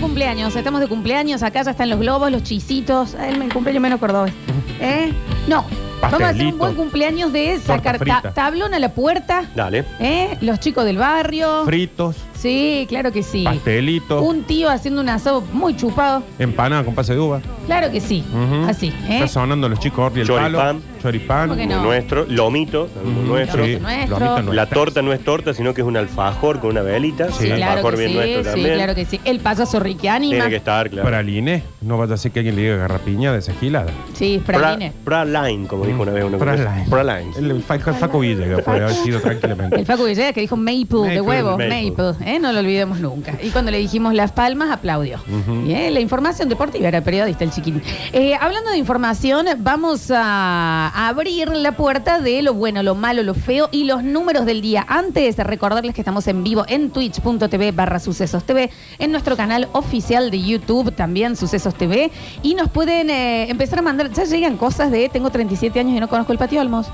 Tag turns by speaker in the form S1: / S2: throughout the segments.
S1: cumpleaños, estamos de cumpleaños, acá ya están los globos, los chisitos, el me- cumpleaños menos cordobés. ¿Eh? No, vamos a hacer un
S2: Pastelito.
S1: buen cumpleaños de sacar
S2: frita.
S1: ta- tablón a la puerta,
S3: Dale.
S1: ¿eh? Los chicos del barrio.
S2: Fritos,
S1: Sí, claro que sí.
S2: pastelitos,
S1: Un tío haciendo un asado muy chupado,
S2: empanada con pase de uva.
S1: claro que sí.
S2: Ujú.
S1: Así, ¿eh?
S2: Está sonando los chicos Orri el
S3: Choripán.
S2: palo. Choripán.
S1: ¿Cómo que
S3: Lo
S1: No. Mm,
S3: nuestro, lomito, lo
S2: Ujú,
S3: nuestro.
S2: sí,
S1: Lo nuestro.
S2: los mitos
S3: La
S2: nuestros.
S3: torta no es torta, sino que es un alfajor con una velita.
S2: Sí,
S1: Sí,
S3: un
S1: claro
S3: alfajor
S1: que
S3: bien nuestro
S1: sí, sí,
S3: también.
S1: claro que sí. El payaso Ricky Anima.
S3: Tiene que estar, claro.
S2: Praline. No vaya a ser que alguien le diga garrapiña de esa gilada.
S1: Sí, Praline.
S3: Pra- Praline, como dijo una vez uno.
S2: Praline.
S3: Praline.
S2: El, el Faco Faco Villegas puede haber sido
S1: El
S2: tranquilamente.
S1: Facu Villegas que dijo maple,
S2: Maple,
S1: de huevo,
S3: maple.
S1: maple, ¿eh? no lo olvidemos nunca. Y cuando le dijimos Las Palmas, aplaudió. Y, eh, La información deportiva era periodista, el chiquitín. Eh, hablando de información, vamos a abrir la puerta de lo bueno, lo malo, lo feo y los números del día. Antes, recordarles que estamos en vivo en twitch.tv barra sucesos TV, en nuestro canal oficial de YouTube, también Sucesos TV. Y nos pueden eh, empezar a mandar, ya llegan cosas de tengo 37 años y no conozco el Patio Olmos.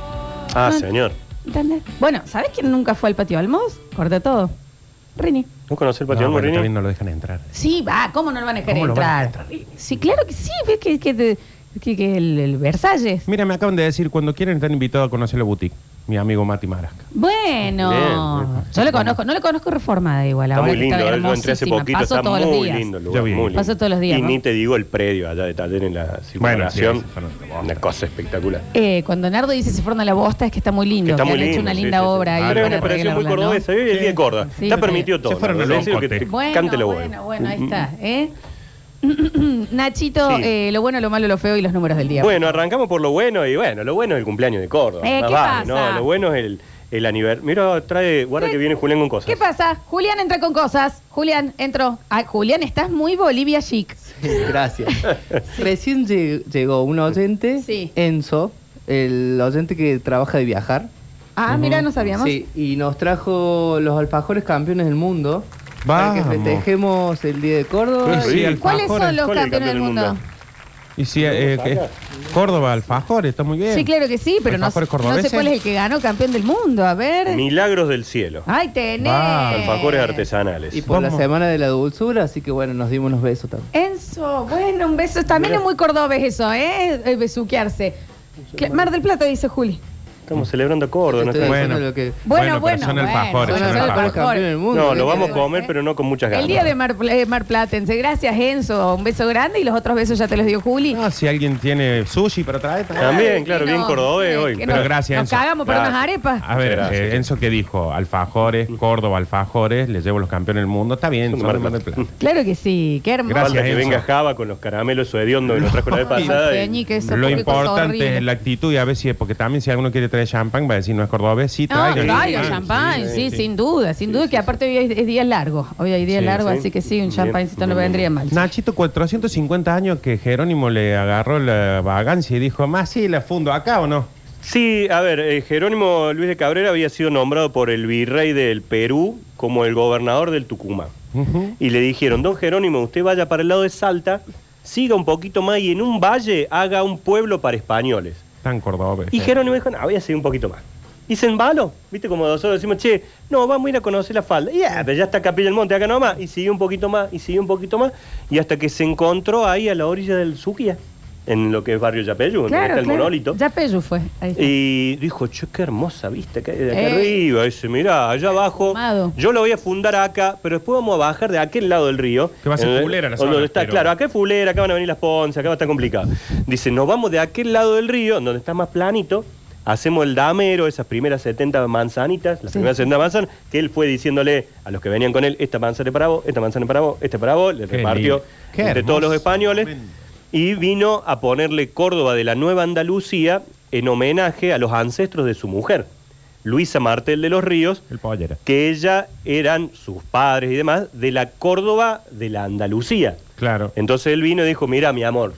S3: Ah,
S1: Ah.
S3: señor.
S1: ¿Entendés? Bueno, ¿sabes quién nunca fue al patio Almos? Corta todo. Rini.
S3: ¿No conoces el
S2: No,
S3: Patio
S2: bueno,
S3: Morini?
S2: también no lo dejan entrar.
S1: Sí, va, ¿cómo no lo van a dejar
S2: ¿Cómo lo van a
S1: entrar? Sí, claro que sí, ves que, que, te- que- que el, el Versalles.
S2: Mira, me acaban de decir, cuando quieren están invitados a conocer la boutique. Mi amigo Mati Marasca.
S1: Bueno,
S3: Bien, bien.
S1: yo lo conozco, no lo conozco reformada igual.
S3: Está
S1: ahora
S3: muy
S1: que
S3: lindo, ¿eh? yo entré hace
S1: hermosísima.
S3: poquito,
S1: Paso
S3: está
S1: todos los
S3: muy
S1: días.
S3: lindo el
S2: Ya
S3: lugar,
S2: vi.
S3: muy lindo.
S1: Paso todos los días,
S3: Y
S1: ¿no?
S3: ni te digo el predio allá de Taller en la circunvalación,
S2: sí, se fueron de bosta.
S3: una cosa espectacular.
S1: Eh, cuando Nardo dice se fueron a la bosta es que está muy lindo.
S3: Que está
S1: que
S3: muy
S1: han hecho
S3: lindo,
S1: una
S3: sí,
S1: linda
S3: sí, sí.
S1: obra. ahí
S3: Ah,
S1: para
S3: era una operación muy
S1: arreglarla, ¿no?
S3: cordobesa, hoy es el día de Córdoba.
S1: Sí,
S3: está
S1: porque-
S3: permitido todo.
S2: Se fueron
S3: ¿no?
S2: al
S3: Lo único
S2: Loncote.
S3: que te-
S1: Bueno,
S3: cante la bola.
S1: bueno, bueno, ahí está. ¿eh? Nachito,
S3: Sí.
S1: eh, lo bueno, lo malo, lo feo y los números del día.
S3: Bueno, arrancamos por lo bueno y bueno, lo bueno es el cumpleaños de Córdoba.
S1: Eh,
S3: más
S1: ¿qué
S3: vale,
S1: pasa?
S3: No, lo bueno es el, el aniversario. Mira, trae, guarda
S1: ¿Qué-
S3: que viene Julián con cosas.
S1: ¿Qué pasa? Julián entra con cosas. Julián, entró. Ah, Julián, estás muy Bolivia chic.
S4: Gracias. Recién lle- llegó un oyente,
S1: Sí.
S4: Enzo, el oyente que trabaja de viajar.
S1: Ah, mira, no sabíamos.
S4: Sí, y nos trajo los alfajores campeones del mundo. Para que
S2: Vamos.
S4: festejemos el Día de Córdoba.
S2: Sí,
S4: y-
S2: el-
S1: ¿Cuáles son
S2: Alfajores.
S1: los
S3: ¿Cuál es el
S1: campeones del mundo?
S2: Y si eh, eh, Córdoba, alfajor, está muy bien.
S1: Sí, claro que sí, pero no,
S2: Alfajores
S1: no sé
S2: cordobeses.
S1: cuál
S4: ¿eh?
S1: es el que ganó campeón del mundo. A ver.
S3: Milagros del cielo.
S1: Ay, tenés.
S2: Va,
S1: eh.
S3: Alfajores artesanales.
S4: Y por la
S2: Vamos.
S4: semana de la dulzura, así que bueno, nos dimos unos besos también.
S1: Enzo, bueno, un beso. También es muy cordobés eso, ¿eh? El besuquearse. Cla- Mar del Plata, dice Juli.
S3: Estamos celebrando Córdoba. No,
S4: Estoy
S3: estamos-
S2: Bueno.
S4: diciendo lo que-
S1: Bueno,
S2: Bueno, pero
S1: bueno.
S2: son
S1: bueno,
S2: alfajores,
S1: bueno,
S4: son
S1: son
S4: alfajores campeón del mundo.
S3: No, lo vamos a
S4: con-
S3: comer, pero no con muchas ganas.
S1: El día de Mar, eh, Mar Platense. Gracias, Enzo. Un beso grande y los otros besos ya te los dio Juli.
S2: No, Ah, si alguien tiene sushi para traer.
S1: Ah.
S2: también.
S3: También, claro, bien cordobés hoy.
S2: Pero gracias,
S1: Nos
S2: Enzo.
S1: cagamos por
S3: Gracias. Ah.
S1: unas arepas.
S2: A ver,
S3: Gracias.
S2: eh, Enzo que dijo, alfajores, Córdoba, alfajores, les llevo los campeones del mundo. Está bien,
S3: Son de
S2: son de Mar
S3: Mar del
S2: del Plata.
S1: Claro que sí, qué hermoso.
S2: Gracias,
S3: Falta que
S2: Enzo.
S3: venga Java con los caramelos su hediondo que nos trajo la vez pasada. y-
S1: Peñi, que eso,
S2: Lo
S1: qué cosa horrible.
S2: importante es la actitud y a ver si, porque también si alguno quiere traer champán, va a decir no es cordobés, sí
S1: No,
S2: traigan. Ah.
S1: traiga
S2: Sí,
S1: champán, sí, sin duda, sin duda, que aparte hoy es, es día largo. Hoy hay día
S2: Sí,
S1: largo,
S3: sí.
S1: así que sí, un
S3: Bien,
S1: champancito no
S3: bien,
S1: vendría mal.
S2: Nachito, 450 años que Jerónimo le agarró la vagancia y dijo, más sí, la fundo acá o no.
S3: Sí, a ver, eh, Jerónimo Luis de Cabrera había sido nombrado por el virrey del Perú como el gobernador del Tucumán.
S2: Ujú.
S3: Y le dijeron, don Jerónimo, usted vaya para el lado de Salta, siga un poquito más y en un valle haga un pueblo para españoles.
S2: Tan cordobés.
S3: Y Jerónimo dijo, no, voy a seguir un poquito más. Y se embaló, viste, como nosotros decimos, che, no, vamos a ir a conocer la falda. Y ah, pero ya está Capilla del Monte, acá nomás. Y siguió un poquito más, y siguió un poquito más. Y hasta que se encontró ahí a la orilla del Suquía, en lo que es barrio Yapeyú, donde está el monolito.
S1: Ya Pellu fue. Ahí está.
S3: Y dijo, che, qué hermosa vista que hay de acá
S1: Eh.
S3: arriba. Dice, mirá, allá abajo.
S1: Fumado.
S3: Yo lo voy a fundar acá, pero después vamos a bajar de aquel lado del río.
S2: Que va a ser
S3: en donde-
S2: fulera la
S3: donde
S2: zona,
S3: está,
S2: pero-
S3: Claro, acá es fulera, acá van a venir las ponzas, acá va a estar complicado. Dice, nos vamos de aquel lado del río, en donde está más planito. Hacemos el damero, esas primeras 70 manzanitas, las
S1: Sí.
S3: primeras 70 manzanas, que él fue diciéndole a los que venían con él, esta manzana es para vos, esta manzana es para vos, esta es para vos, le
S2: Qué
S3: repartió
S2: lindo. Qué
S3: entre todos
S2: hermoso
S3: los españoles
S2: momento.
S3: y vino a ponerle Córdoba de la Nueva Andalucía en homenaje a los ancestros de su mujer, Luisa Martel de los Ríos,
S2: El pollera.
S3: que ella eran sus padres y demás de la Córdoba de la Andalucía.
S2: Claro.
S3: Entonces él vino y dijo, mira mi amor,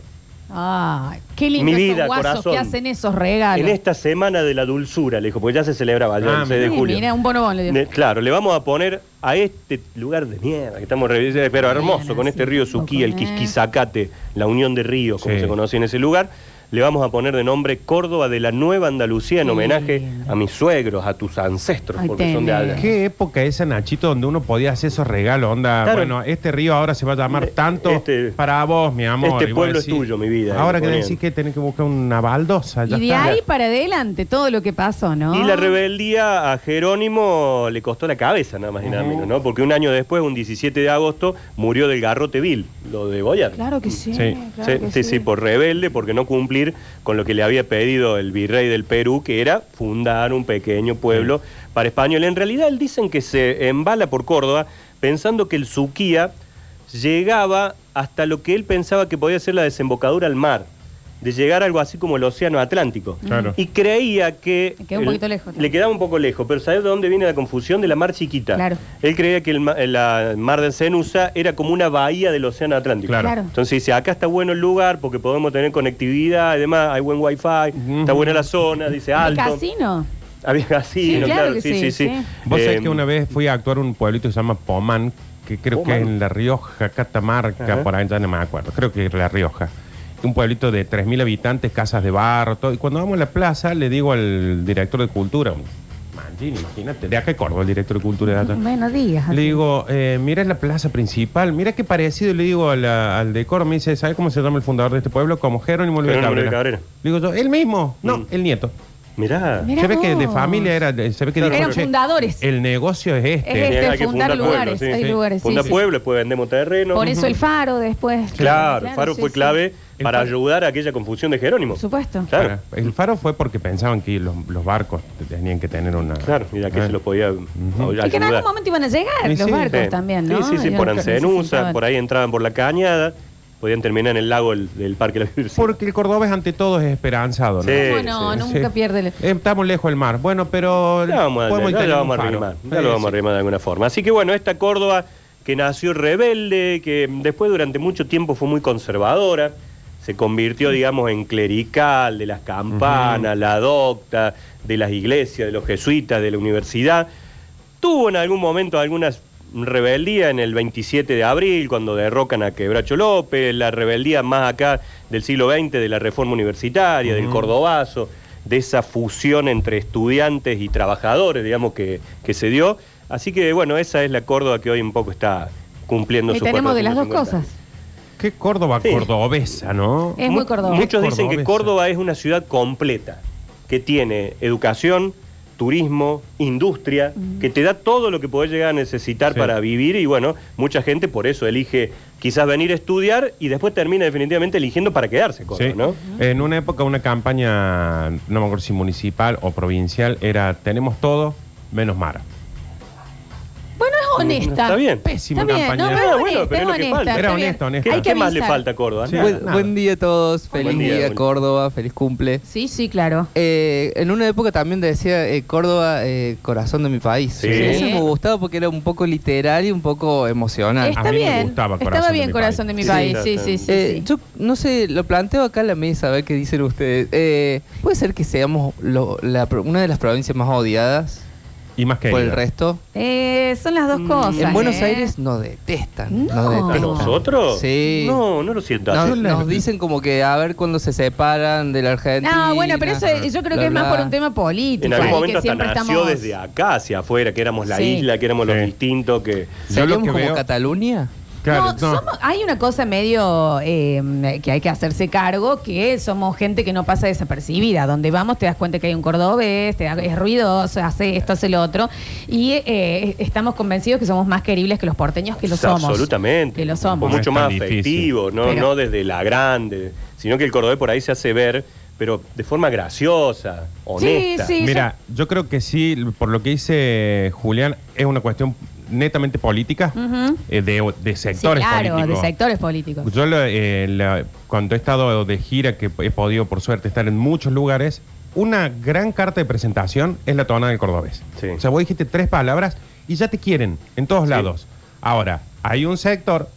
S1: Ah, qué lindo
S3: Mi vida,
S1: esos guasos
S3: corazón.
S1: que hacen esos regalos.
S3: en esta semana de la dulzura, le dijo, porque ya se celebraba ya
S2: Ah,
S3: el 6 de
S1: Sí,
S3: julio.
S1: mira, un bonobón le dio.
S3: Ne- claro, le vamos a poner a este lugar de mierda que estamos revisando, pero hermoso,
S1: Bien,
S3: con este
S1: así,
S3: río
S1: un poco,
S3: Suquí, el
S1: eh.
S3: Quisquisacate, la unión de ríos, como
S2: Sí.
S3: se conoce en ese lugar. le vamos a poner de nombre Córdoba de la Nueva Andalucía en
S1: Qué
S3: homenaje
S1: lindo.
S3: a mis suegros, a tus ancestros,
S1: Ay,
S3: porque son de
S1: tenés.
S3: allá.
S2: ¿Qué época esa, Nachito, donde uno podía hacer esos regalos? Onda,
S3: Claro.
S2: bueno, este río ahora se va a llamar
S3: Eh,
S2: tanto
S3: este-
S2: para vos, mi amor.
S3: este
S2: Y vos
S3: pueblo es tuyo, mi vida,
S2: Ahora
S3: y
S2: que
S3: ponían.
S2: decís que tenés que buscar una baldosa. ya
S1: Y de
S2: está.
S1: ahí para adelante todo lo que pasó, ¿no?
S3: Y la rebeldía a Jerónimo le costó la cabeza, nada más y nada menos, ¿no? Porque un año después, un 17 de agosto, murió del garrote vil, lo de Boyar.
S1: Claro que sí.
S2: Sí.
S1: claro
S3: sí,
S1: que
S3: sí, sí, por rebelde, porque no cumplir con lo que le había pedido el virrey del Perú, que era fundar un pequeño pueblo para español. En realidad, él dicen que se embala por Córdoba pensando que el Suquía llegaba hasta lo que él pensaba que podía ser la desembocadura al mar, de llegar a algo así como el Océano Atlántico.
S2: Claro.
S3: Y creía que...
S1: Le quedaba un
S3: el-
S1: poquito lejos, ¿no?
S3: Le quedaba un poco lejos, pero ¿sabes de dónde viene la confusión? De la mar chiquita.
S1: Claro.
S3: Él creía que el, ma- la mar de Cenusa era como una bahía del Océano Atlántico.
S2: Claro.
S1: Claro.
S3: Entonces dice, acá está bueno el lugar porque podemos tener conectividad, además hay buen wifi, está buena la zona, dice
S1: ¿El
S3: alto.
S1: casino?
S3: Había casino,
S1: Sí, claro
S3: claro,
S1: que
S3: sí,
S1: sí,
S3: sí, sí.
S1: sí.
S2: Vos sabés
S3: Eh,
S2: que una vez fui a actuar en un pueblito que se llama Pomán, que creo que
S3: Pomán.
S2: es en La Rioja, Catamarca,
S3: Ajá.
S2: por ahí ya no me acuerdo, creo que es La Rioja. Un pueblito de 3.000 habitantes, casas de barro, todo. Y cuando vamos a la plaza, le digo al director de cultura, Mangini, imagínate, de acá de Córdoba, el director de cultura de allá.
S1: Bueno, digas.
S2: Le digo, eh, mira la plaza principal, mira qué parecido, le digo a la- al de Córdoba, me dice, ¿sabes cómo se llama el fundador de este pueblo? Como Jerónimo Olivia
S3: Jerónimo Olivia
S2: Cabrera.
S3: Cabrera. Mm.
S2: Le digo yo, ¿el mismo? No, el nieto.
S3: Mirá,
S1: Mirá
S2: se ve que de
S1: vos.
S2: familia era, se ve que
S3: Claro,
S2: dijo,
S1: Eran
S2: "Che,
S1: fundadores.
S2: El negocio es
S1: Es
S2: este.
S1: este,
S3: hay que
S1: fundar
S3: fundar pueblos,
S1: lugares.
S3: sí,
S1: hay
S2: sí.
S1: lugares, sí,
S3: funda
S1: sí.
S3: pueblo, después vendemos terreno.
S1: Por eso el faro después.
S3: Claro, Faro
S1: sí,
S3: fue
S1: sí.
S3: clave
S2: El
S3: para
S2: Faro.
S3: ayudar a aquella confusión de Jerónimo.
S1: Por supuesto.
S3: Claro.
S2: Para- El faro fue porque pensaban que los, los barcos tenían que tener una.
S3: Claro, mira que
S2: Ah.
S3: se lo podía ayudar.
S1: Y que en algún momento iban a llegar
S2: Sí,
S1: los
S2: sí.
S1: barcos
S3: Sí.
S1: también, ¿no?
S3: Sí, sí, sí,
S1: Yo
S3: por
S1: creo que
S3: Ancenusa,
S1: necesitaban.
S3: por ahí entraban por la cañada, podían terminar en el lago del, del Parque de la Virgen.
S2: Ah. Porque el cordobés ante todo es esperanzado, ¿no?
S3: Sí,
S1: ¿Cómo no?
S3: sí,
S1: Nunca
S2: Sí.
S1: pierde. el-
S2: Eh, Estamos lejos del mar. Bueno, pero
S3: Ya vamos a,
S2: podemos
S3: ya
S2: tener
S3: lo
S2: un
S3: vamos a
S2: faro.
S3: arrimar, ya
S2: Sí,
S3: lo vamos a
S2: sí.
S3: arrimar de alguna forma. Así que bueno, esta Córdoba que nació rebelde, que después durante mucho tiempo fue muy conservadora, se convirtió, digamos, en clerical, de las campanas, la docta, de las iglesias, de los jesuitas, de la universidad. Tuvo en algún momento algunas rebeldía en el 27 de abril, cuando derrocan a Quebracho López, la rebeldía más acá del siglo XX, de la reforma universitaria, del cordobazo, de esa fusión entre estudiantes y trabajadores, digamos, que, que se dio. Así que, bueno, esa es la Córdoba que hoy un poco está cumpliendo
S1: Que
S3: su
S1: tenemos de las dos
S3: 450.
S1: cosas.
S2: Qué Córdoba
S3: Sí.
S2: cordobesa, ¿no?
S1: Es muy
S3: Mu-
S1: cordobés.
S3: Muchos dicen que
S2: Cordobesa.
S3: Córdoba es una ciudad completa, que tiene educación, turismo, industria, que te da todo lo que podés llegar a necesitar
S2: Sí.
S3: para vivir y bueno, mucha gente por eso elige quizás venir a estudiar y después termina definitivamente eligiendo para quedarse en Córdoba,
S2: Sí.
S3: ¿no?
S2: En una época, una campaña, no me acuerdo si municipal o provincial, era tenemos todo menos mar.
S1: Bueno, es honesta.
S3: Está bien.
S2: Pésima
S1: Está bien,
S2: campaña.
S1: no, pero es
S3: Ah, bueno,
S1: honesta,
S3: pero
S1: es
S3: es lo que
S1: honesta,
S3: falta.
S1: está
S2: Era
S1: bien.
S2: honesta, honesta.
S1: Hay
S3: ¿Qué
S1: que
S3: más le
S1: avisar.
S3: falta a Córdoba?
S2: Sí.
S3: Nada.
S4: Buen,
S2: nada.
S4: buen día a todos, feliz
S3: día,
S4: día,
S3: Juli.
S4: Córdoba, feliz cumple.
S1: Sí, sí, claro.
S4: Eh, en una época también decía eh, Córdoba, eh, corazón de mi país.
S3: Sí.
S4: Eso me gustaba porque era un poco literal y un poco
S2: a
S4: emocional.
S1: Está
S2: mí me
S1: bien.
S2: gustaba Corazón
S1: Estaba
S2: de
S1: bien
S2: mi
S1: Corazón de mi
S3: Sí,
S1: país.
S3: está
S1: Sí, sí,
S3: bien.
S1: sí.
S4: Eh,
S1: sí.
S4: Yo no sé, lo planteo acá a la mesa, a ver qué dicen ustedes. Eh, ¿Puede ser que seamos lo- la pro- una de las provincias más odiadas
S2: Y más que
S4: por el resto?
S1: Eh, son las dos cosas.
S4: en Buenos
S1: ¿eh?
S4: Aires nos detestan.
S1: No.
S4: Nos
S1: ¿A
S4: detestan.
S3: ¿Nosotros?
S4: Sí.
S3: No, no lo siento.
S4: Nos,
S3: así.
S4: nos dicen como que a ver cuando se separan de la Argentina.
S1: No, bueno, pero eso eh, yo creo
S4: bla,
S1: que es más
S4: bla.
S1: por un tema político.
S3: En algún
S1: que
S3: momento hasta
S1: siempre
S3: nació
S1: estamos-
S3: desde acá hacia afuera, que éramos la
S1: Sí.
S3: isla, que éramos
S2: Sí.
S3: los distintos, que...
S2: Yo lo
S4: ¿Seríamos
S2: que
S4: como
S2: veo-
S4: Cataluña?
S1: no,
S2: Claro, no.
S1: somos- hay una cosa medio eh, que hay que hacerse cargo, que somos gente que no pasa desapercibida. Donde vamos te das cuenta que hay un cordobés, te da- es ruidoso, hace esto, hace lo otro. Y eh, estamos convencidos que somos más queribles que los porteños, que lo somos.
S3: Absolutamente.
S1: Que lo somos.
S3: O mucho
S2: No es
S3: más
S2: tan difícil.
S3: afectivo, no,
S1: Pero-
S3: no desde la grande, sino que el cordobés por ahí se hace ver, pero de forma graciosa, honesta.
S1: sí,
S2: Mira, yo creo que sí, por lo que dice Julián, es una cuestión netamente política,
S1: Ujú.
S2: eh, de, de
S1: Sí,
S2: sectores
S1: claro,
S2: políticos.
S1: de sectores políticos.
S2: Yo lo, eh, la- cuando he estado de gira, que he podido por suerte estar en muchos lugares, una gran carta de presentación es la tonada del cordobés.
S3: Sí.
S2: O sea, vos dijiste tres palabras y ya te quieren en todos
S3: Sí.
S2: lados. Ahora, hay un sector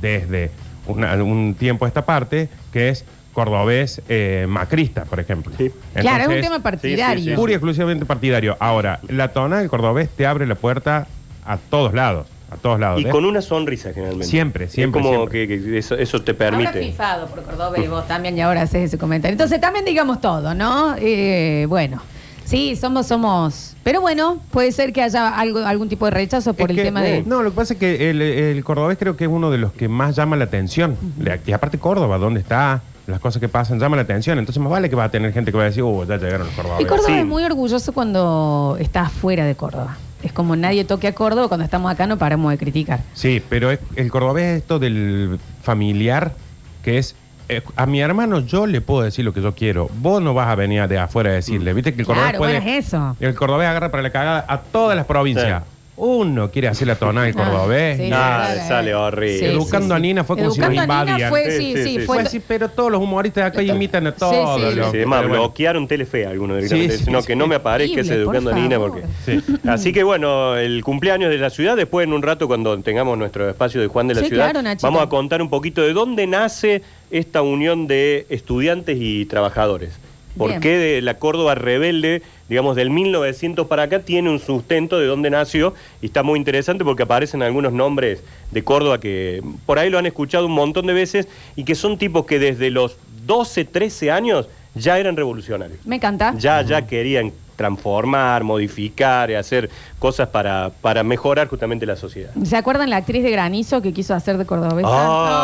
S2: desde una- un tiempo a esta parte que es cordobés eh, macrista, por ejemplo.
S3: Sí.
S1: claro, es un
S2: Entonces,
S1: tema partidario.
S3: sí, sí, sí.
S2: Pura y exclusivamente partidario. Ahora, la tonada del cordobés te abre la puerta a todos lados. a todos lados.
S3: Y
S2: ¿eh?
S3: con una sonrisa generalmente.
S2: Siempre, siempre,
S3: Es como
S2: siempre.
S3: Que, que eso, eso te
S1: Ahora
S3: permite.
S1: fifado por Córdoba y vos también y ahora haces ese comentario. Entonces también digamos todo, ¿no? Eh, bueno, sí, somos, somos. Pero bueno, puede ser que haya algo, algún tipo de rechazo por
S2: Es
S1: el
S2: que, eh,
S1: tema de...
S2: No, lo que pasa es que el, el cordobés creo que es uno de los que más llama la atención. Le- Y aparte Córdoba, ¿dónde está? Las cosas que pasan llaman la atención. Entonces más vale que va a tener gente que va a decir, oh, ya llegaron los
S1: Y
S2: cordobeses.
S1: Córdoba
S3: Sí.
S1: es muy orgulloso cuando está fuera de Córdoba. Es como nadie toque a Córdoba, cuando estamos acá no paramos de criticar.
S2: Sí, pero es- el cordobés es esto del familiar que es... eh, a mi hermano yo le puedo decir lo que yo quiero. Vos no vas a venir de afuera a decirle. Viste que el cordobés
S1: Mm. Claro,
S2: puede-
S1: bueno, es eso.
S2: El cordobés agarra para la cagada a todas las provincias.
S3: Sí.
S2: Uno quiere hacer la tonada del
S1: Ah,
S2: cordobés.
S1: sí,
S2: y-
S3: Nada,
S1: claro,
S3: sale
S1: eh.
S3: horrible.
S2: Educando a Nina fue como si
S1: Educando
S2: nos
S1: a Nina
S2: invadían.
S1: fue,
S3: Sí,
S1: sí, sí,
S3: sí, sí.
S1: fue...
S2: Pues sí, pero todos los humoristas de acá imitan a todos.
S1: Sí, sí.
S2: los-
S3: Sí, es más,
S2: pero bueno.
S3: bloquearon Telefe algunos directamente.
S2: Sí, sí,
S3: Dicen, no,
S2: sí.
S3: que no me aparezca ese
S1: Horrible, por
S3: educando a Nina
S1: favor.
S3: porque.
S2: Sí.
S3: Así que bueno, el cumpleaños de la ciudad, después en un rato cuando tengamos nuestro espacio de Juan de la
S1: Sí,
S3: Ciudad,
S1: claro, Nachito.
S3: vamos a contar un poquito de dónde nace esta unión de estudiantes y trabajadores. ¿Por
S1: Bien.
S3: qué de la Córdoba rebelde, digamos, del 1900 para acá, tiene un sustento de dónde nació? Y está muy interesante porque aparecen algunos nombres de Córdoba que por ahí lo han escuchado un montón de veces y que son tipos que desde los 12, 13 años ya eran revolucionarios.
S1: Me encanta.
S3: Ya, ya querían transformar, modificar, hacer cosas para, para mejorar justamente la sociedad.
S1: ¿Se acuerdan la actriz de Granizo que quiso hacer de cordobesa?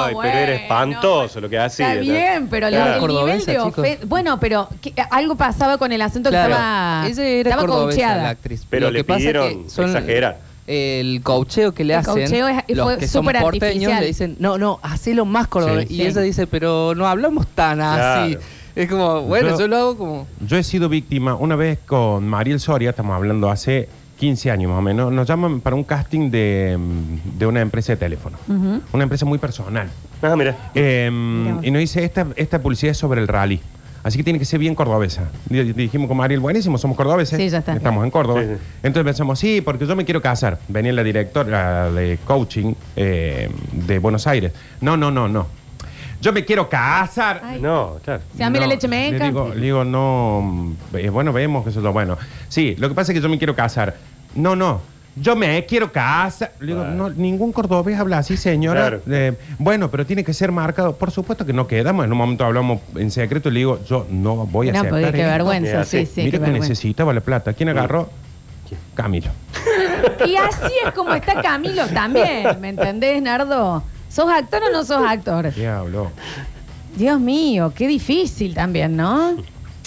S3: Ay,
S1: No,
S3: pero era espantoso lo que hacía.
S1: Está bien, pero
S3: Claro.
S1: la, el nivel
S4: Cordobesa,
S1: de
S4: chicos.
S1: ofen- Bueno, pero que- algo pasaba con el acento
S4: Claro.
S1: que estaba.
S4: Ella era
S1: estaba
S4: cordobesa,
S1: coacheada.
S4: la actriz.
S3: Pero
S4: Lo
S3: le
S4: que pasa
S3: pidieron
S4: que son-
S3: exagerar.
S4: El coacheo que le
S1: El
S4: hacen,
S1: coacheo es-
S4: los
S1: fue
S4: que son
S1: súper
S4: porteños
S1: artificial.
S4: le dicen, no, no, hacelo más cordobés.
S2: Sí.
S4: y
S1: Sí.
S4: ella dice, pero no hablamos tan así.
S3: Claro.
S4: Es como, bueno,
S2: Yo-
S4: yo lo hago como...
S2: Yo he sido víctima una vez con Mariel Soria, estamos hablando hace 15 años más o menos, nos llaman para un casting de, mm, de una empresa de teléfono,
S1: Ujú.
S2: una empresa muy personal.
S3: Ah, mira.
S2: Eh,
S1: Mirá vos.
S2: y nos dice, esta, esta publicidad es sobre el rally. Así que tiene que ser bien cordobesa. Y- y Dijimos con Mariel, buenísimo, somos cordobeses.
S1: Sí, ya está.
S2: Estamos en Córdoba.
S3: Sí, sí.
S2: Entonces pensamos, sí, porque yo me quiero casar. Venía la directora de coaching eh, de Buenos Aires. No, no, no, no. Yo me quiero casar.
S1: Ay.
S3: No, claro.
S1: Se llama la
S2: No,
S1: leche
S2: Le
S1: meca.
S2: digo, le digo, no. eh, bueno, vemos que eso es lo bueno. Sí, lo que pasa es que yo me quiero casar. No, no. Yo me quiero casar. Le digo,
S3: Claro.
S2: no, ningún cordobés habla así, señora.
S3: Claro.
S2: Eh, bueno, pero tiene que ser marcado. Por supuesto que no quedamos. En un momento hablamos en secreto y le digo, yo no voy a
S1: no,
S2: aceptar.
S1: porque qué
S2: esto.
S1: vergüenza.
S3: Mira,
S1: Sí,
S3: sí.
S1: sí, qué
S2: Mira que
S1: vergüenza.
S2: necesitaba la plata. ¿Quién agarró? Camilo.
S1: Y así es como está Camilo también. ¿Me entendés, Nardo? ¿Sos actor o no sos actor?
S2: Diablo.
S1: Dios mío, qué difícil también, ¿no?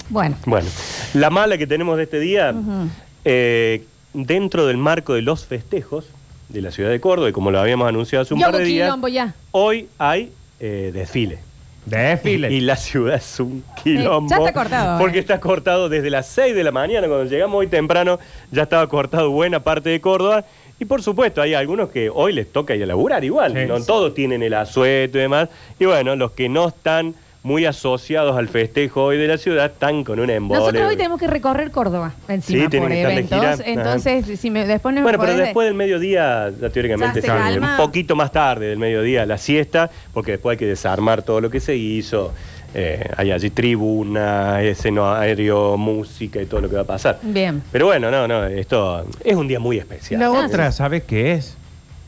S1: Bueno.
S3: Bueno, la mala que tenemos de este día,
S1: Ujú.
S3: eh, dentro del marco de los festejos de la ciudad de Córdoba, y como lo habíamos anunciado hace un
S1: Yo
S3: par
S1: hago
S3: de días,
S1: quilombo ya.
S3: hoy hay eh, desfile.
S2: Desfile.
S3: Y la ciudad es un
S1: Eh,
S3: quilombo.
S1: ya está cortado, eh.
S3: Porque está cortado desde las 6 de la mañana. Cuando llegamos hoy temprano, ya estaba cortado buena parte de Córdoba. Y por supuesto, hay algunos que hoy les toca ir a laburar igual.
S2: Sí.
S3: No todos tienen el asueto y demás. Y bueno, los que no están muy asociados al festejo hoy de la ciudad están con una embolia.
S1: Nosotros hoy tenemos que recorrer Córdoba encima
S3: Sí,
S1: por
S3: tienen que estar de
S1: eventos.
S3: gira. Ajá.
S1: Entonces, si me, después no me
S3: Bueno, pero
S1: podés-
S3: después del mediodía, ya teóricamente,
S1: Ya se
S3: está bien.
S1: calma.
S3: un poquito más tarde del mediodía, la siesta, porque después hay que desarmar todo lo que se hizo. Eh, hay allí tribuna, escenario, música y todo lo que va a pasar.
S1: Bien.
S3: Pero bueno, no, no, esto es un día muy especial.
S2: La
S1: Ah,
S2: otra, ¿sabes qué es?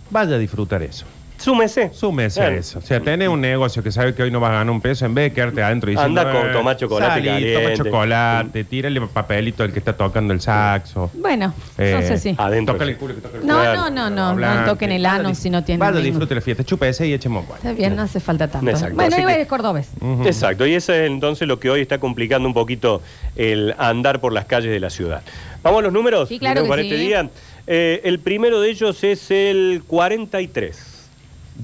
S2: Vaya a disfrutar eso.
S3: Súmese.
S2: Súmese
S3: Claro.
S2: a eso. O sea, tenés un negocio que sabe que hoy no vas a ganar un peso, en vez de quedarte adentro y
S3: Anda con- tomá chocolate
S2: toma
S3: caliente".
S2: chocolate, tírale papelito al que está tocando el saxo.
S1: Bueno,
S2: Eh,
S1: no sé si.
S3: Adentro.
S2: Tócale el culo que toca el
S1: No,
S2: culo.
S3: Claro.
S1: no, no, no, no
S2: Hablante.
S1: toquen el ano si no tienen.
S2: Vaya,
S1: ningún-
S2: disfrute la fiesta, chupa ese y eche moco.
S1: Está bien, no hace falta tanto.
S3: Exacto,
S1: Bueno,
S3: así
S1: iba
S3: que-
S1: es cordobés.
S3: Exacto, y eso es entonces lo que hoy está complicando un poquito el andar por las calles de la ciudad. Vamos a los números
S1: Sí, claro
S3: que tenemos
S1: que
S3: para este
S1: sí.
S3: día. Eh, el primero de ellos es el 43.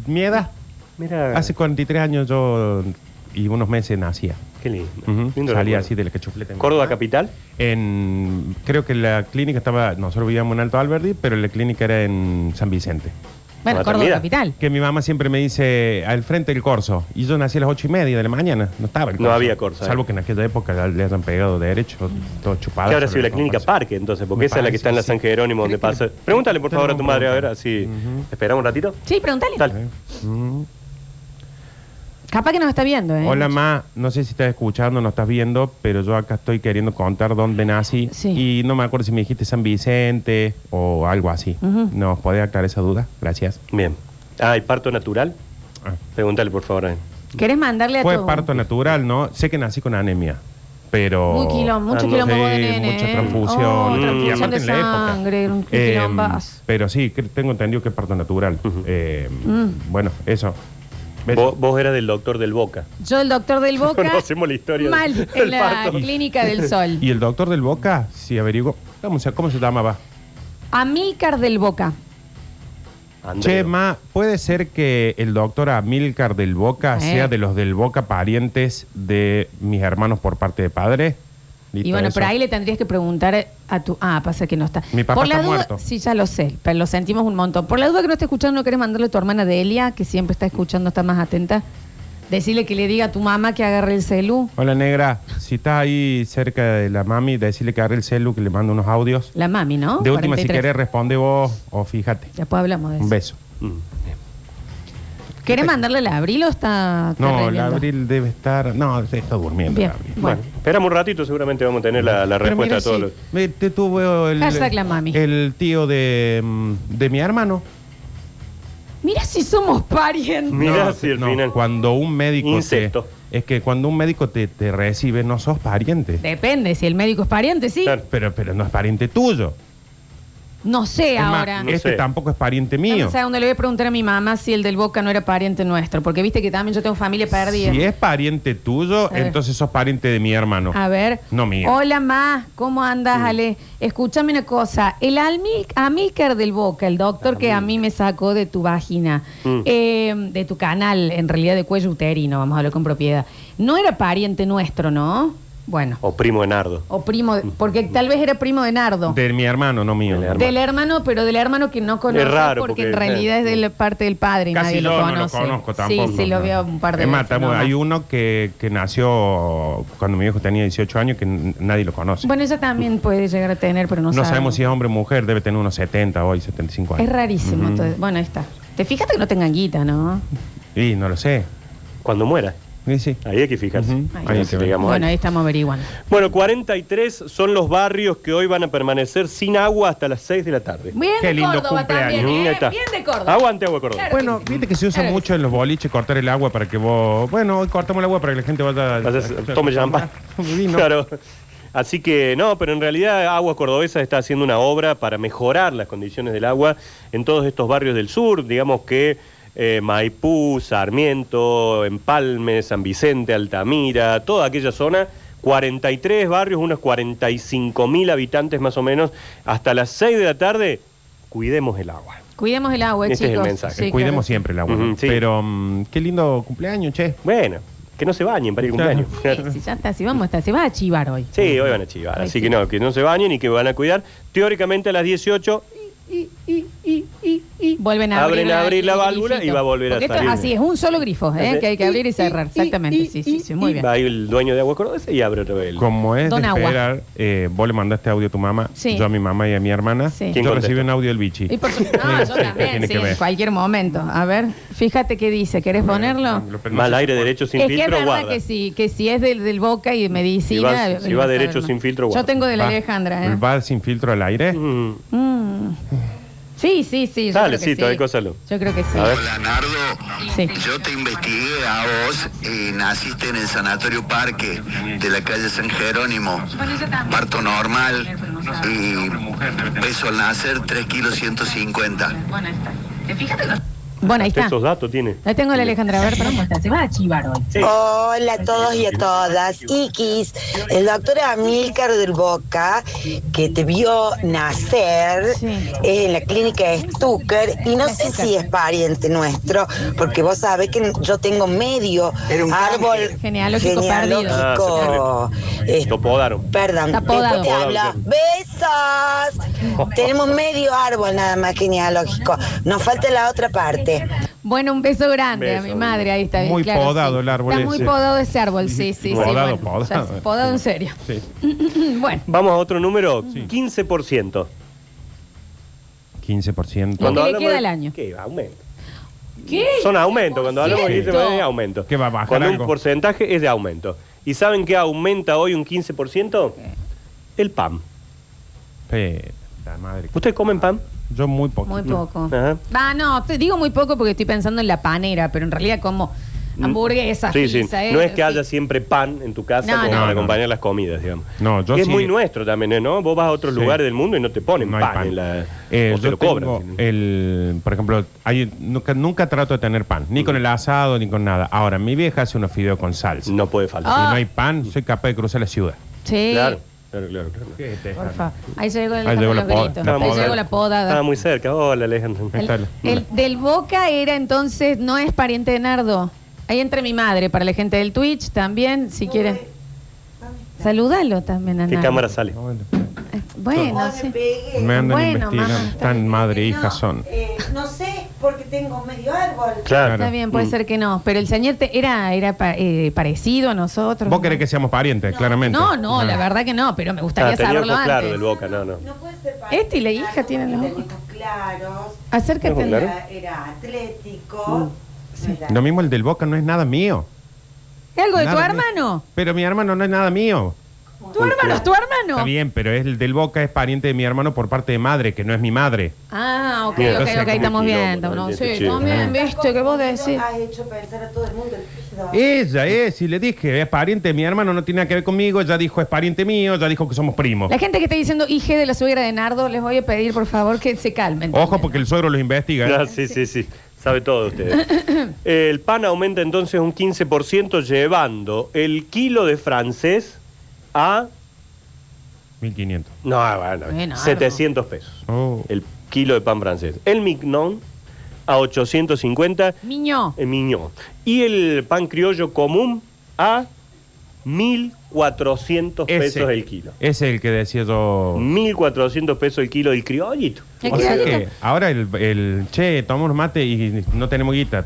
S2: Mi edad,
S3: Mira,
S2: hace 43 años yo y unos meses nacía.
S3: qué lindo.
S2: Ujú.
S3: Lindo
S2: Salía
S3: recuerdo.
S2: así de la cachufleta. de mi
S3: Córdoba
S2: mamá.
S3: capital.
S2: En, creo que la clínica estaba, nosotros vivíamos en Alto Alberdi, pero la clínica era en San Vicente.
S1: Bueno,
S3: Mata,
S1: Córdoba
S3: mira.
S1: capital.
S2: Que mi mamá siempre me dice al frente del corso. Y yo nací a las ocho y media de la mañana. No estaba el
S3: No había corso,
S2: Salvo
S3: eh.
S2: que en aquella época ya le hayan pegado derecho, todo chupado.
S3: Que habrá sido la clínica Parque, entonces, porque
S2: Me
S3: esa es la que está en la
S2: parece,
S3: San Jerónimo,
S2: sí.
S3: donde
S2: Creo que
S3: pasa.
S2: le-
S3: Pregúntale, por
S2: le
S3: favor, a tu
S2: tenemos que
S3: madre, a ver,
S2: preguntar.
S3: así. ¿Esperamos un ratito?
S1: Sí, pregúntale.
S3: Dale.
S2: Mm.
S1: Capaz que nos está viendo, ¿eh?
S2: Hola, Ma. No sé si estás escuchando o no estás viendo, pero yo acá estoy queriendo contar dónde nací.
S1: Sí.
S2: Y no me acuerdo si me dijiste San Vicente o algo así.
S1: Ujú.
S2: ¿Nos podés aclarar esa duda? Gracias.
S3: Bien. Ah, ¿hay parto natural?
S2: Ah.
S3: Pregúntale, por favor. a él.
S1: ¿Querés mandarle a
S2: Fue
S1: tu-
S2: parto natural, ¿no? Sé que nací con anemia, pero...
S1: Muy quilombo, mucho
S3: Ah, no
S1: quilombo
S2: sé,
S1: vos de nene,
S2: mucha
S1: ¿eh?
S2: transfusión.
S1: Oh,
S2: y
S1: transfusión
S2: aparte
S1: de
S2: en la época.
S1: sangre, un
S2: Eh,
S1: quilombazo.
S2: pero sí, que tengo entendido que es parto natural.
S3: Ujú.
S2: Eh,
S1: Mm.
S2: Bueno, eso. ¿Ves?
S3: Vos, vos eras del doctor del Boca.
S1: Yo, el doctor del Boca.
S3: Conocemos la historia
S1: Mal,
S3: del-
S1: en
S3: del
S1: la
S3: parto.
S1: clínica del Sol.
S2: Y el doctor del Boca, si averiguo... Vamos a- ¿Cómo se llamaba?
S1: Amílcar del Boca.
S2: Che,
S3: Andrés.
S2: Ma, ¿puede ser que el doctor Amílcar del Boca
S1: Eh.
S2: sea de los del Boca parientes de mis hermanos por parte de padre? Listo,
S1: Y bueno,
S2: eso.
S1: por ahí le tendrías que preguntar a tu. Ah, pasa que no está.
S2: Mi papá
S1: Por la
S2: está
S1: duda-
S2: muerto.
S1: Sí, ya lo sé, pero lo sentimos un montón. Por la duda que no esté escuchando, ¿no querés mandarle a tu hermana Delia, que siempre está escuchando, está más atenta? Decirle que le diga a tu mamá que agarre el celu.
S2: Hola, negra. Si estás ahí cerca de la mami, decirle que agarre el celu, que le mando unos audios.
S1: La mami, ¿no?
S2: de última, si
S1: 43.
S2: querés, responde vos o fíjate.
S1: Después hablamos de eso.
S2: Un beso.
S3: Mm.
S1: ¿Querés mandarle la abril o está.? está
S2: No, la
S1: reviendo?
S2: Abril debe estar... No, está durmiendo
S1: Bien.
S2: la Abril.
S1: Bueno.
S3: Bueno, esperamos un ratito, seguramente vamos a tener la, la
S2: Pero
S3: respuesta
S2: mira,
S3: a todos
S2: sí,
S3: los.
S2: me- te tuvo el,
S1: Hashtag la mami.
S2: el tío de, mm, de mi hermano.
S1: Mira si somos parientes.
S3: Mirá si al final.
S2: Cuando un médico
S3: Insecto.
S2: te, es que cuando un médico te, te recibe no sos pariente.
S1: Depende, si el médico es pariente, sí.
S3: Claro.
S2: Pero pero no es pariente tuyo.
S1: No sé
S2: Es más,
S1: ahora.
S3: no
S2: este
S3: sé.
S2: tampoco es pariente mío.
S1: No sé dónde le voy a preguntar a mi mamá si el del Boca no era pariente nuestro, porque viste que también yo tengo familia perdida.
S2: Si es pariente tuyo,
S1: ver.
S2: entonces sos pariente de mi hermano.
S1: A ver.
S2: No mío.
S1: Hola, ma. ¿Cómo andas, Ale? Escúchame una cosa. El almi- Amílcar del Boca, el doctor que a mí me sacó de tu vagina,
S3: Mm.
S1: eh, de tu canal, en realidad de cuello uterino, vamos a hablar con propiedad, no era pariente nuestro, ¿no? Bueno.
S3: O primo de Nardo.
S1: O primo, de- porque tal vez era primo de Nardo.
S2: Mm. De mi hermano, no mío.
S3: Del hermano.
S1: Del hermano, pero del hermano que no conoce
S3: Es raro,
S1: porque,
S3: porque-
S1: en realidad es de la parte del padre y
S2: eh, Casi
S1: nadie
S2: yo
S1: lo
S2: no lo
S1: conoce.
S2: conozco tampoco.
S1: Sí, sí, lo veo un par de
S2: Es más,
S1: veces
S2: estamos-
S1: nomás.
S2: hay uno que, que nació cuando mi viejo tenía 18 años que n- nadie lo conoce.
S1: Bueno, ella también puede llegar a tener, pero no,
S2: Mm. no
S1: sabe.
S2: sabemos si es hombre o mujer, debe tener unos 70 hoy, 75 años.
S1: Es rarísimo.
S2: Ujú.
S1: entonces- bueno, ahí está. Te fijaste que no tengan guita, ¿no?
S2: Y no lo sé.
S3: Cuando muera.
S2: Y sí.
S3: Ahí hay que fijarse.
S2: Ujú.
S1: Ahí
S2: Ahí
S3: Entonces,
S2: te ve.
S3: digamos,
S1: bueno,
S3: ahí.
S1: ahí estamos averiguando.
S3: Bueno, 43 son los barrios que hoy van a permanecer sin agua hasta las 6 de la tarde.
S1: Bien
S2: Qué
S1: de
S2: lindo
S1: Córdoba
S2: cumpleaños. Ah,
S1: también,
S3: Mm, ahí
S1: ¿eh?
S3: está.
S1: Bien de Córdoba.
S3: Aguante agua, Córdoba.
S1: Claro
S2: Bueno,
S1: que sí.
S2: viste que se usa
S1: Claro que
S2: mucho en los boliches cortar el agua para que vos. Bueno, hoy cortamos el agua para que la gente vaya.
S3: Entonces, tome champán.
S2: Vino.
S3: Claro. Así que no, pero en realidad Agua Cordobesa está haciendo una obra para mejorar las condiciones del agua en todos estos barrios del sur, digamos que eh, Maipú, Sarmiento, Empalme, San Vicente, Altamira, toda aquella zona, 43 barrios, unos 45 mil habitantes más o menos, hasta las 6 de la tarde, cuidemos el agua.
S1: Cuidemos el agua,
S3: Este es el
S1: chicos.
S3: mensaje.
S1: Sí,
S2: Cuidemos
S1: claro.
S2: siempre el agua.
S3: Ujú, sí.
S2: Pero mm, qué lindo cumpleaños, che.
S3: Bueno, que no se bañen para el
S2: Claro.
S3: cumpleaños.
S1: Sí, sí, ya está, si vamos a estar, se va a chivar hoy.
S3: Sí, hoy van a chivar,
S1: Ay,
S3: así
S1: sí.
S3: que no, que no se bañen y que van a cuidar. Teóricamente a las 18
S1: Vuelven a
S3: Abren a abrir la
S1: el
S3: válvula
S1: grifito.
S3: y va a volver a
S1: Porque esto es
S3: salir.
S1: así, es un solo grifo, ¿eh?
S3: Así.
S1: que hay que abrir y cerrar. Exactamente, sí, sí, sí, muy bien.
S3: va el dueño de Agua Cordobesa y abre otra vez. el-
S2: Como es
S1: Don
S2: de
S1: Agua.
S2: esperar, eh, vos le mandaste audio a tu mamá,
S1: Sí.
S2: yo a mi mamá y a mi hermana.
S1: Sí.
S2: Yo
S3: ¿Quién
S2: recibí
S3: contesta?
S2: un audio del bichi.
S1: Y por supuesto, no, yo
S2: Sí,
S1: también,
S2: tiene
S1: sí,
S2: que ver.
S1: en cualquier momento. A ver, fíjate qué dice, ¿querés ponerlo?
S2: Pero no
S3: Mal
S2: sé
S3: aire
S2: si-
S3: derecho sin
S1: es que es
S3: filtro,
S1: verdad
S3: guarda.
S1: que si, que si es del, del Boca y medicina...
S3: Si va- si
S1: eh,
S3: va
S1: no
S3: derecho
S1: sabemos.
S3: sin filtro,
S1: Yo
S3: guarda.
S1: tengo de la
S2: Va-
S1: Alejandra, ¿eh?
S2: ¿Va sin filtro al aire?
S3: Mm,
S1: Mm. Sí, sí, sí, yo
S3: Dale,
S1: creo que
S3: sí,
S1: sí.
S3: todavía cósalo.
S1: Yo creo que sí.
S3: A ver.
S5: Hola Nardo,
S1: Sí.
S5: yo te investigué a vos y naciste en el Sanatorio Parque de la calle San Jerónimo. Parto normal y peso al nacer 3 kilos 150.
S1: Bueno, ahí está.
S3: Esos datos ¿este tiene.
S1: Ahí tengo la Alejandra, a ver, perdón.
S6: Se va a chivar hoy.
S3: Sí.
S7: Hola a todos y a todas. Ikis, el doctor Amílcar del Boca, que te vio nacer
S1: Sí.
S7: es en la clínica de Stucker, y no sé si es pariente nuestro, porque vos sabés que yo tengo medio árbol
S1: Genealógico
S7: genealógico, eh,
S3: Topodaron.
S7: Perdón,
S1: Está podado.
S7: después te habla. ¡Besos! Tenemos medio árbol nada más genealógico. Nos falta la otra parte.
S1: Bueno, un beso grande a
S3: Beso.
S1: mi madre, ahí está. bien,
S2: Muy
S1: claro,
S2: podado
S1: sí.
S2: el árbol
S1: Está muy
S2: ese.
S1: podado ese árbol, sí, sí, sí. bueno,
S2: Podado, podado.
S1: ya sé, podado en serio.
S2: Sí.
S1: bueno.
S3: Vamos a otro número, 15%.
S2: 15%.
S1: Cuando- le
S3: hablamos
S1: queda
S3: de-
S1: el año?
S3: ¿Qué? Aumenta.
S1: ¿Qué?
S3: Son aumentos. Cuando hablamos de 15% es aumento.
S2: ¿Qué va a bajar
S3: Cuando
S2: algo?
S3: un porcentaje es de aumento. ¿Y saben qué aumenta hoy un 15%? El PAM.
S2: Pe- la madre.
S3: ¿Ustedes comen PAM?
S2: Yo muy poco.
S1: Muy poco.
S3: Mm. Ajá.
S1: Va, no, te digo muy poco porque estoy pensando en la panera, pero en realidad como hamburguesas,
S3: Mm. Sí, sí.
S1: pizza, eh,
S3: No es que
S1: sí.
S3: haya siempre pan en tu casa
S1: No,
S3: como
S1: no.
S3: para
S2: No, no,
S3: acompañar las comidas, digamos.
S2: No, yo
S3: Que es
S2: sí-
S3: muy nuestro también, ¿eh? ¿no? Vos vas a otros
S2: Sí.
S3: lugares del mundo y no te ponen
S2: No hay
S3: pan,
S2: pan.
S3: en la...
S2: Eh,
S3: o te
S2: yo
S3: lo cobran.
S2: tengo el, por ejemplo, hay- nunca, nunca trato de tener pan,
S3: Mm.
S2: ni con el asado, ni con nada. Ahora, mi vieja hace unos fideos con salsa.
S3: No puede faltar.
S2: Si
S1: Ah.
S2: no hay pan, soy capaz de cruzar la ciudad.
S1: Sí.
S3: Claro, claro, claro. claro.
S1: Porfa. Ahí llegó el
S2: Ahí llegó la
S1: los
S2: poda.
S1: gritos.
S2: La
S1: Ahí
S2: poda.
S1: llegó la poda.
S3: Estaba Ah, muy cerca. Hola, Alejandro.
S2: Ahí está
S1: El,
S2: el-
S1: el del Boca era entonces, no es pariente de Nardo. Ahí entre mi madre, para la gente del Twitch también, si quieren. Saludalo también,
S3: ¿Qué
S1: Ana.
S3: cámara sale?
S1: Bueno, sí.
S2: Me andan
S1: Bueno,
S2: investigando.
S1: mamá, está
S2: Tan madre e
S6: No,
S2: hija son.
S6: eh, no sé, porque tengo medio árbol.
S3: Claro.
S1: Está bien, puede
S3: Mm.
S1: ser que no. Pero el señor te- era, era pa- eh, parecido a nosotros.
S2: Vos querés que seamos parientes, claramente.
S1: No, no,
S2: Ah.
S1: la verdad que no, pero me
S3: Ah,
S1: gustaría
S3: tenía
S1: saberlo
S3: ojos claros
S1: antes.
S3: del boca, no, no.
S6: No puede ser
S1: Este y la
S6: parecido,
S1: hija tienen los
S6: porque tenemos claros.
S1: Acércate.
S3: Claro.
S6: Era, era atlético. no era-
S2: Lo mismo el del Boca no es nada mío.
S1: ¿Es algo de tu
S2: Nada mío.
S1: hermano?
S2: Pero mi hermano no es nada mío.
S1: ¿Tu hermano es tu hermano?
S2: Está bien, pero es el del Boca es pariente de mi hermano por parte de madre, que no es mi madre.
S1: Ah, ok,
S3: Bien.
S1: ok,
S2: Entonces,
S1: ok, estamos
S3: como
S1: bien.
S3: quilombo,
S1: ¿no?
S3: ¿no?
S1: Sí,
S3: Este
S1: estamos
S2: chico.
S1: bien, viste, que vos decís.
S6: Has hecho pensar a todo el mundo el pedo.
S2: Ella es, si le dije, es pariente de mi hermano, no tiene nada que ver conmigo, ya dijo es pariente mío, ya dijo que somos primos.
S1: La gente que está diciendo IG de la suegra de Nardo, les voy a pedir por favor que se calmen.
S2: Ojo porque el suegro los investiga. ¿eh?
S3: Ah, sí, sí, sí. Sabe todo de ustedes. el pan aumenta entonces un 15% llevando el kilo de francés a...
S2: 1500.
S3: No, bueno,
S1: Bueno,
S3: 700 pesos.
S2: Oh.
S3: El kilo de pan francés. El mignon a 850
S1: Niño,
S3: en Miñón. Y el pan criollo común a 1.400
S2: Ese.
S3: pesos el kilo. Mm.
S2: Ese es el que decía yo.
S3: 1.400 pesos el kilo del criollito.
S1: El
S2: O sea
S1: criollito.
S2: que ahora el, el- che, tomamos mate y no tenemos guita.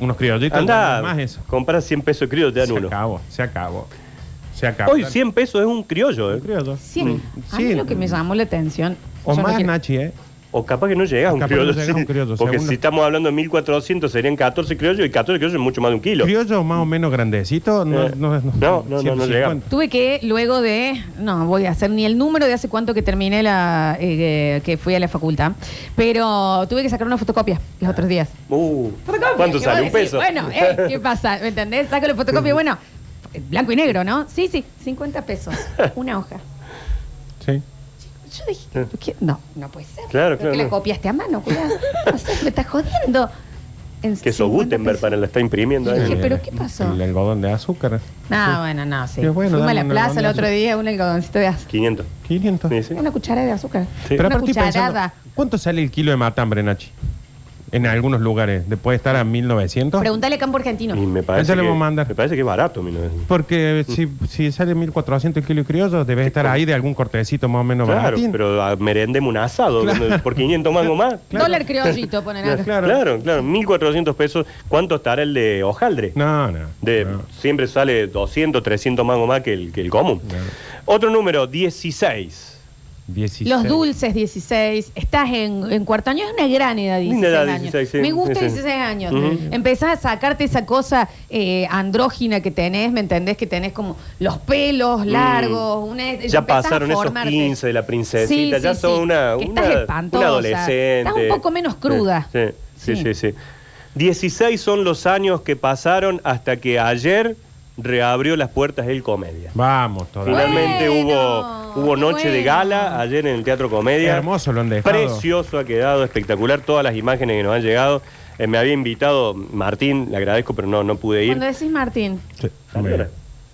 S2: Unos criollitos
S3: Anda,
S2: no más eso.
S3: compras 100 pesos de criollo, te dan
S2: Se
S3: uno.
S2: acabó, se acabó. Se acabó.
S3: Hoy 100 pesos es un criollo, ¿eh?
S2: criollo. Mm.
S1: sí, a mí
S2: Sí.
S1: lo que me llamó la atención.
S2: O
S1: yo no
S2: más,
S1: quiero-
S2: Nachi, ¿eh?
S3: O capaz que no llega a un
S2: Capaz que
S3: criollo.
S2: no llega
S3: sí.
S2: un criollo,
S3: Porque
S2: según lo-
S3: si estamos hablando de 1.400 serían 14 criollos y 14 criollos es mucho más de un kilo.
S2: Criollo más o menos grandecito. No,
S3: Eh,
S2: no, no,
S3: no, no, no, no
S2: 150.
S3: llegamos.
S1: Tuve que, luego de, no voy a hacer ni el número de hace cuánto que terminé la, eh, que fui a la facultad, pero tuve que sacar una fotocopia los otros días.
S3: Uh,
S1: Fotocopia,
S3: ¿Cuánto
S1: que
S3: sale? ¿Un
S1: vos decís,
S3: peso?
S1: Bueno, eh, ¿qué pasa? ¿Me entendés? Saco la fotocopia, bueno, blanco y negro, ¿no? Sí, sí, 50 pesos, una hoja.
S2: Sí.
S1: Yo dije, ¿qué? no, no puede ser.
S3: Claro,
S1: Creo
S3: claro,
S1: que la
S3: no.
S1: copiaste a mano, cuidado. No sé, me estás jodiendo. En
S3: que
S1: 50
S3: sos Gutenberg
S1: pesos.
S3: para la está imprimiendo.
S1: Dije,
S3: ¿eh?
S1: Sí. pero ¿qué pasó?
S2: El algodón de azúcar. eh,
S1: No, bueno, no, sí.
S2: Qué bueno,
S1: Fuimos a la
S2: dame un
S1: plaza el
S2: algodón de
S1: otro día, un algodoncito de azúcar.
S3: 500.
S2: 500.
S3: Sí, sí.
S1: Una cucharada de azúcar.
S3: Sí.
S2: Pero
S1: Una
S2: aparte estoy pensando,
S1: cucharada.
S2: ¿cuánto sale el kilo de matambre, Nachi? En algunos lugares. ¿De- ¿Puede estar a 1900?
S1: Pregúntale a Campo Argentino.
S3: Y me parece,
S2: Ese le
S3: que,
S2: vamos a mandar.
S3: me parece que es barato. mira.
S2: Porque si, si sale 1400 el kilo de criollo, debe estar ahí de algún cortecito más o menos
S3: Claro,
S2: baratín.
S3: pero ah, merendemos un asado donde- por 500 mangos más.
S1: Dólar criollito, ponen acá.
S3: Claro, claro, 1400 pesos. ¿Cuánto estará el de hojaldre?
S2: No, no.
S3: De,
S2: no.
S3: Siempre sale 200, 300 mangos más que el, que el común. Otro número, 16.
S2: 16.
S1: Los dulces, 16. Estás en, en cuarto año, es una gran edad, 16
S3: Linda edad,
S1: años.
S3: 16, sí.
S1: me gusta
S3: Sí,
S1: 16
S3: sí.
S1: años.
S3: Ujú.
S1: Empezás a sacarte esa cosa eh, andrógina que tenés, ¿me entendés? Que tenés como los pelos largos. una- e- empezás
S3: Mm. Ya
S1: a
S3: pasaron esos
S1: formarte.
S3: 15 de la
S1: Sí,
S3: princesita. ya
S1: sí,
S3: son
S1: sí.
S3: una,
S1: Que
S3: una,
S1: estás espantosa.
S3: una adolescente.
S1: Estás un poco menos cruda.
S3: Sí, sí,
S1: Sí.
S3: sí. sí. 16 son los años que pasaron hasta que ayer reabrió las puertas el Comedia.
S2: Vamos, todavía.
S3: Finalmente
S1: Bueno,
S3: hubo, hubo
S1: qué
S3: noche de
S1: bueno.
S3: gala ayer en el Teatro Comedia.
S2: Hermoso lo han dejado.
S3: Precioso ha quedado, espectacular. Todas las imágenes que nos han llegado. Eh, me había invitado Martín, le agradezco, pero no, no pude ir.
S1: Cuando decís Martín.
S2: Sí.
S3: Señora,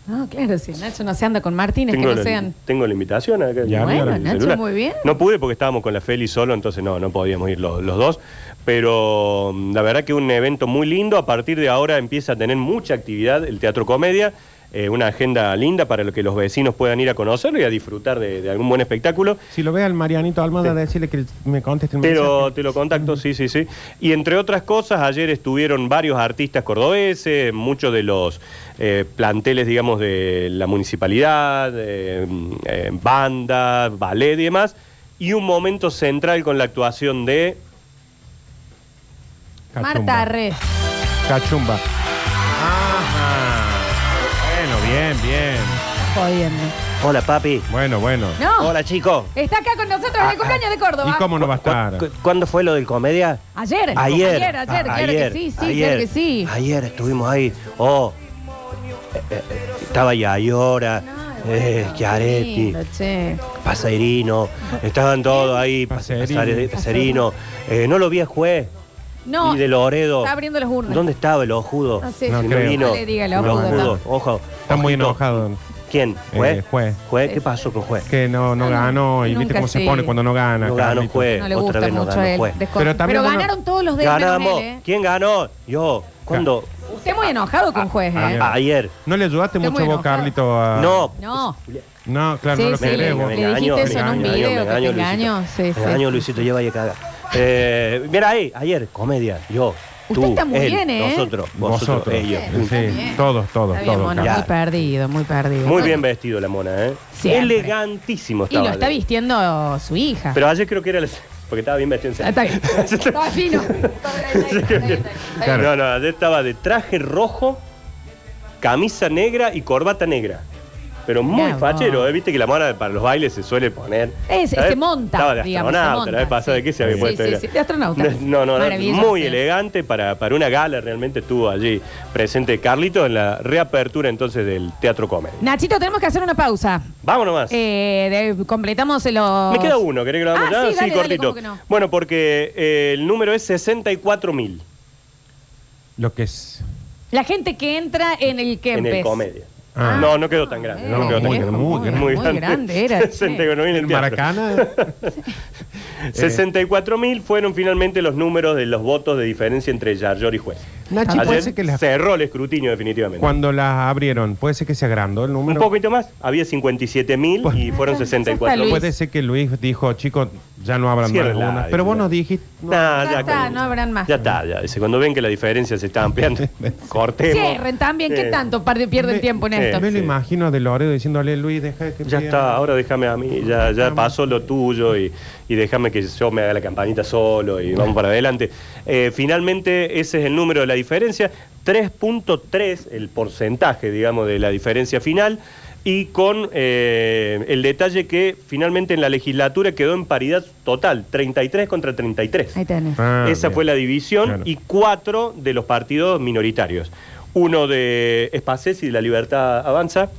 S1: No, claro, si Nacho no se anda con Martín, es que
S3: Tengo,
S1: no
S3: la,
S1: sean.
S3: tengo la invitación acá.
S2: Ya,
S3: en
S2: bueno,
S3: el
S1: Nacho,
S3: celular.
S1: muy bien.
S3: No pude porque estábamos con la Feli solo, entonces no, no podíamos ir los, los dos. Pero mm, la verdad que un evento muy lindo. A partir de ahora empieza a tener mucha actividad el Teatro Comedia. eh, una agenda linda para lo que los vecinos puedan ir a conocerlo y a disfrutar de- de algún buen espectáculo.
S2: Si lo ve al Marianito Almada, decirle que me conteste el
S3: Pero
S2: mensaje.
S3: te lo contacto, sí, sí, sí. Y entre otras cosas, ayer estuvieron varios artistas cordobeses, muchos de los eh, planteles, digamos, de la municipalidad, eh, eh, banda, ballet y demás. Y un momento central con la actuación de
S2: Cachumba.
S1: Marta Res.
S2: Cachumba. Ajá. Bueno, bien, bien.
S1: Jodiendo.
S3: Hola, papi.
S2: Bueno, bueno.
S1: No.
S3: Hola, Ah, chico.
S1: Está acá con nosotros en el cumpleaños de Córdoba.
S2: ¿Y cómo no va a estar?
S3: ¿Cu- cu- ¿Cuándo fue lo del comedia?
S1: Ayer.
S3: Ayer.
S1: Ayer, ayer,
S3: Ah,
S1: claro
S3: ayer,
S1: que sí, sí,
S3: ayer.
S1: claro que sí.
S3: Ayer estuvimos ahí. Oh. eh, eh, eh, estaba Yayora, eh, Chiaretti,
S1: Lindo, che.
S3: Passerino, estaban todos ahí,
S2: Passerino.
S3: Passerino. Passerino. Eh, no lo vi a juez.
S1: No,
S3: y de Loredo.
S1: está abriendo las urnas.
S3: ¿Dónde estaba el ojudo?
S1: No sé,
S2: No
S3: Si
S2: creo.
S1: no le diga el
S3: No,
S1: ojudo,
S3: ojudo.
S1: no.
S3: Ojo.
S2: Está muy
S3: Ojito.
S2: enojado.
S3: ¿Quién?
S2: Eh,
S3: ¿Juez?
S2: juez.
S3: ¿Juez? ¿Qué pasó con juez?
S2: Que no, no
S1: No, no,
S2: ganó. Y
S1: nunca
S2: viste cómo se
S1: sí.
S2: pone cuando no gana.
S3: No ganó
S2: Carlitos.
S3: juez.
S1: no le
S3: Eh, Otra
S1: gusta
S3: vez no
S1: mucho
S3: ganó
S1: a él.
S3: juez.
S1: desconfío.
S2: Pero
S1: Pero,
S2: también bueno-
S1: ganaron todos los de
S3: Ganamos.
S1: menos él,
S3: ¿Quién ganó? Yo. ¿Cuándo?
S1: ¿eh? Usted muy enojado con juez, ¿eh?
S2: Ah,
S3: Ayer.
S2: ¿No le ayudaste
S1: Está
S2: mucho
S1: muy
S2: vos,
S1: enojado.
S2: Carlito? A...
S3: No.
S1: No.
S2: No, claro,
S1: Sí,
S2: no lo
S1: sí, le,
S2: querés vos.
S1: le
S3: Me engañó,
S1: dijiste eso en
S2: me
S1: un
S2: engañó,
S1: video,
S2: me
S1: que te
S3: engañó,
S1: engañó.
S3: Luisito.
S1: Sí, sí,
S3: Me engañó,
S1: sí.
S3: Luisito, lleva y caga. Eh, mira ahí, ayer, comedia, yo,
S1: Usted
S3: tú,
S1: está muy
S3: él,
S1: bien, ¿eh?
S3: nosotros, vosotros,
S2: Vosotros.
S3: ellos.
S1: Está
S2: Sí,
S1: bien.
S2: todos, todos,
S1: Está bien, mono,
S2: todos. Carlos.
S1: muy
S3: Carlos.
S1: perdido, muy perdido.
S3: Muy bien vestido la mona, ¿eh?
S1: Siempre.
S3: Elegantísimo
S1: Y
S3: estaba.
S1: lo está vistiendo su hija.
S3: Pero ayer creo que era la... Porque estaba bien vestido en
S1: Ah, Está bien. Estaba fino.
S2: Claro.
S3: No, no, ayer estaba de traje rojo, camisa negra y corbata negra. Pero muy
S1: Mirá vos.
S3: fachero, ¿eh? Viste que la mona para los bailes se suele poner.
S1: Eh, se-
S3: ¿sabes?
S1: se monta,
S3: Estaba de
S1: digamos,
S3: astronauta,
S1: se monta,
S3: la vez pasada,
S1: sí.
S3: ¿qué se había
S1: Sí,
S3: puesto?
S1: sí,
S3: Era-
S1: sí, de astronauta.
S3: No, no, no,
S1: Maravilloso,
S3: muy
S1: sí.
S3: elegante para, para una gala realmente estuvo allí presente Carlito en la reapertura entonces del Teatro Comedia.
S1: Nachito, tenemos que hacer una pausa.
S3: Vamos nomás.
S1: Eh, de- completamos los.
S3: Me queda uno, ¿querés que lo hagamos
S1: Ah,
S3: ya?
S1: sí, dale, dale,
S3: cortito.
S1: ¿cómo que no?
S3: Bueno, porque eh, el número es 64.000
S2: Lo que es.
S1: La gente que entra en el
S3: en
S1: Kempes.
S3: el Comedia.
S2: Ah.
S3: No, no quedó tan grande. No,
S2: No,
S3: quedó tan
S2: muy-
S3: grande.
S2: muy grande.
S1: Muy grande era, che.
S3: 64.000 en
S2: El eh.
S3: el teatro.
S2: Maracana.
S3: 64.000 fueron finalmente los números de los votos de diferencia entre Yarlor y Juez.
S2: Nachi,
S1: Ayer
S2: puede ser que las-
S3: cerró el escrutinio definitivamente.
S2: cuando las abrieron, puede ser que se agrandó el
S3: Un
S2: número.
S3: poquito más, había 57.000 y fueron
S1: Luis.
S3: 64.000.
S2: Puede ser que Luis dijo, chicos, ya no abran más
S3: Cierra la-
S2: algunas. Pero vos nos dijiste.
S3: No,
S1: Ya
S3: ya,
S1: está,
S3: está,
S1: no habrán más.
S3: Ya está, ya. Dice, cuando ven que la diferencia se está ampliando, cortemos.
S1: Cierren también, ¿qué
S3: Sí.
S1: tanto par- pierden
S2: Me-
S1: tiempo en
S3: Sí.
S1: esto?
S2: Me lo
S3: Sí.
S2: imagino de Loredo diciéndole, Luis, deja de que.
S3: Ya
S2: pida".
S3: está, ahora déjame a mí, ya, ya pasó lo tuyo y, y déjame que yo me haga la campanita solo y vamos para adelante. Eh, finalmente, ese es el número de la diferencia, 3.3, el porcentaje, digamos, de la diferencia final, y con eh, el detalle que finalmente en la legislatura quedó en paridad total, 33 contra 33.
S1: Ahí tenés.
S2: Ah,
S3: Esa
S2: bien.
S3: fue la división
S2: Claro.
S3: y cuatro de los partidos minoritarios. Uno de Espacés y de la Libertad Avanza,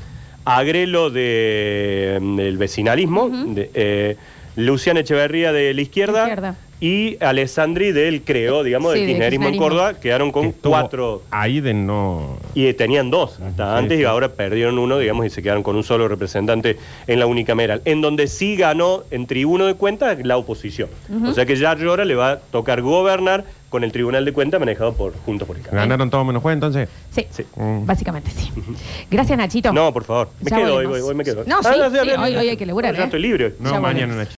S3: Agrelo de, mm, del vecinalismo, de, eh, Luciana Echeverría de la izquierda,
S1: Izquierda.
S3: y Alessandri del Creo, digamos,
S1: Sí,
S3: del
S1: del
S3: kirchnerismo en
S1: kirchnerismo.
S3: Córdoba, quedaron con
S2: Estuvo
S3: cuatro.
S2: Ahí de no.
S3: Y eh, tenían dos hasta
S2: Ah, Sí,
S3: antes
S2: sí.
S3: y ahora perdieron uno, digamos, y se quedaron con un solo representante en la unicameral. En donde sí ganó en tribuno de cuentas la oposición. O sea que ya ahora le va a tocar gobernar con el tribunal de cuentas manejado por Juntos por el Cambio.
S2: Ganaron todos menos juez, entonces.
S1: Sí,
S3: Sí.
S1: básicamente sí. Gracias, Nachito.
S3: No, por favor. Me
S1: Ya
S3: quedo hoy,
S1: volvemos.
S3: hoy, hoy me quedo.
S1: No, sí,
S3: ya, ya,
S1: sí,
S3: ya, ya.
S1: hoy- hoy hay que laburar,
S3: Ya
S1: ¿eh?
S3: estoy libre.
S2: No,
S1: Ya
S2: mañana,
S1: volvemos.
S2: Nachi.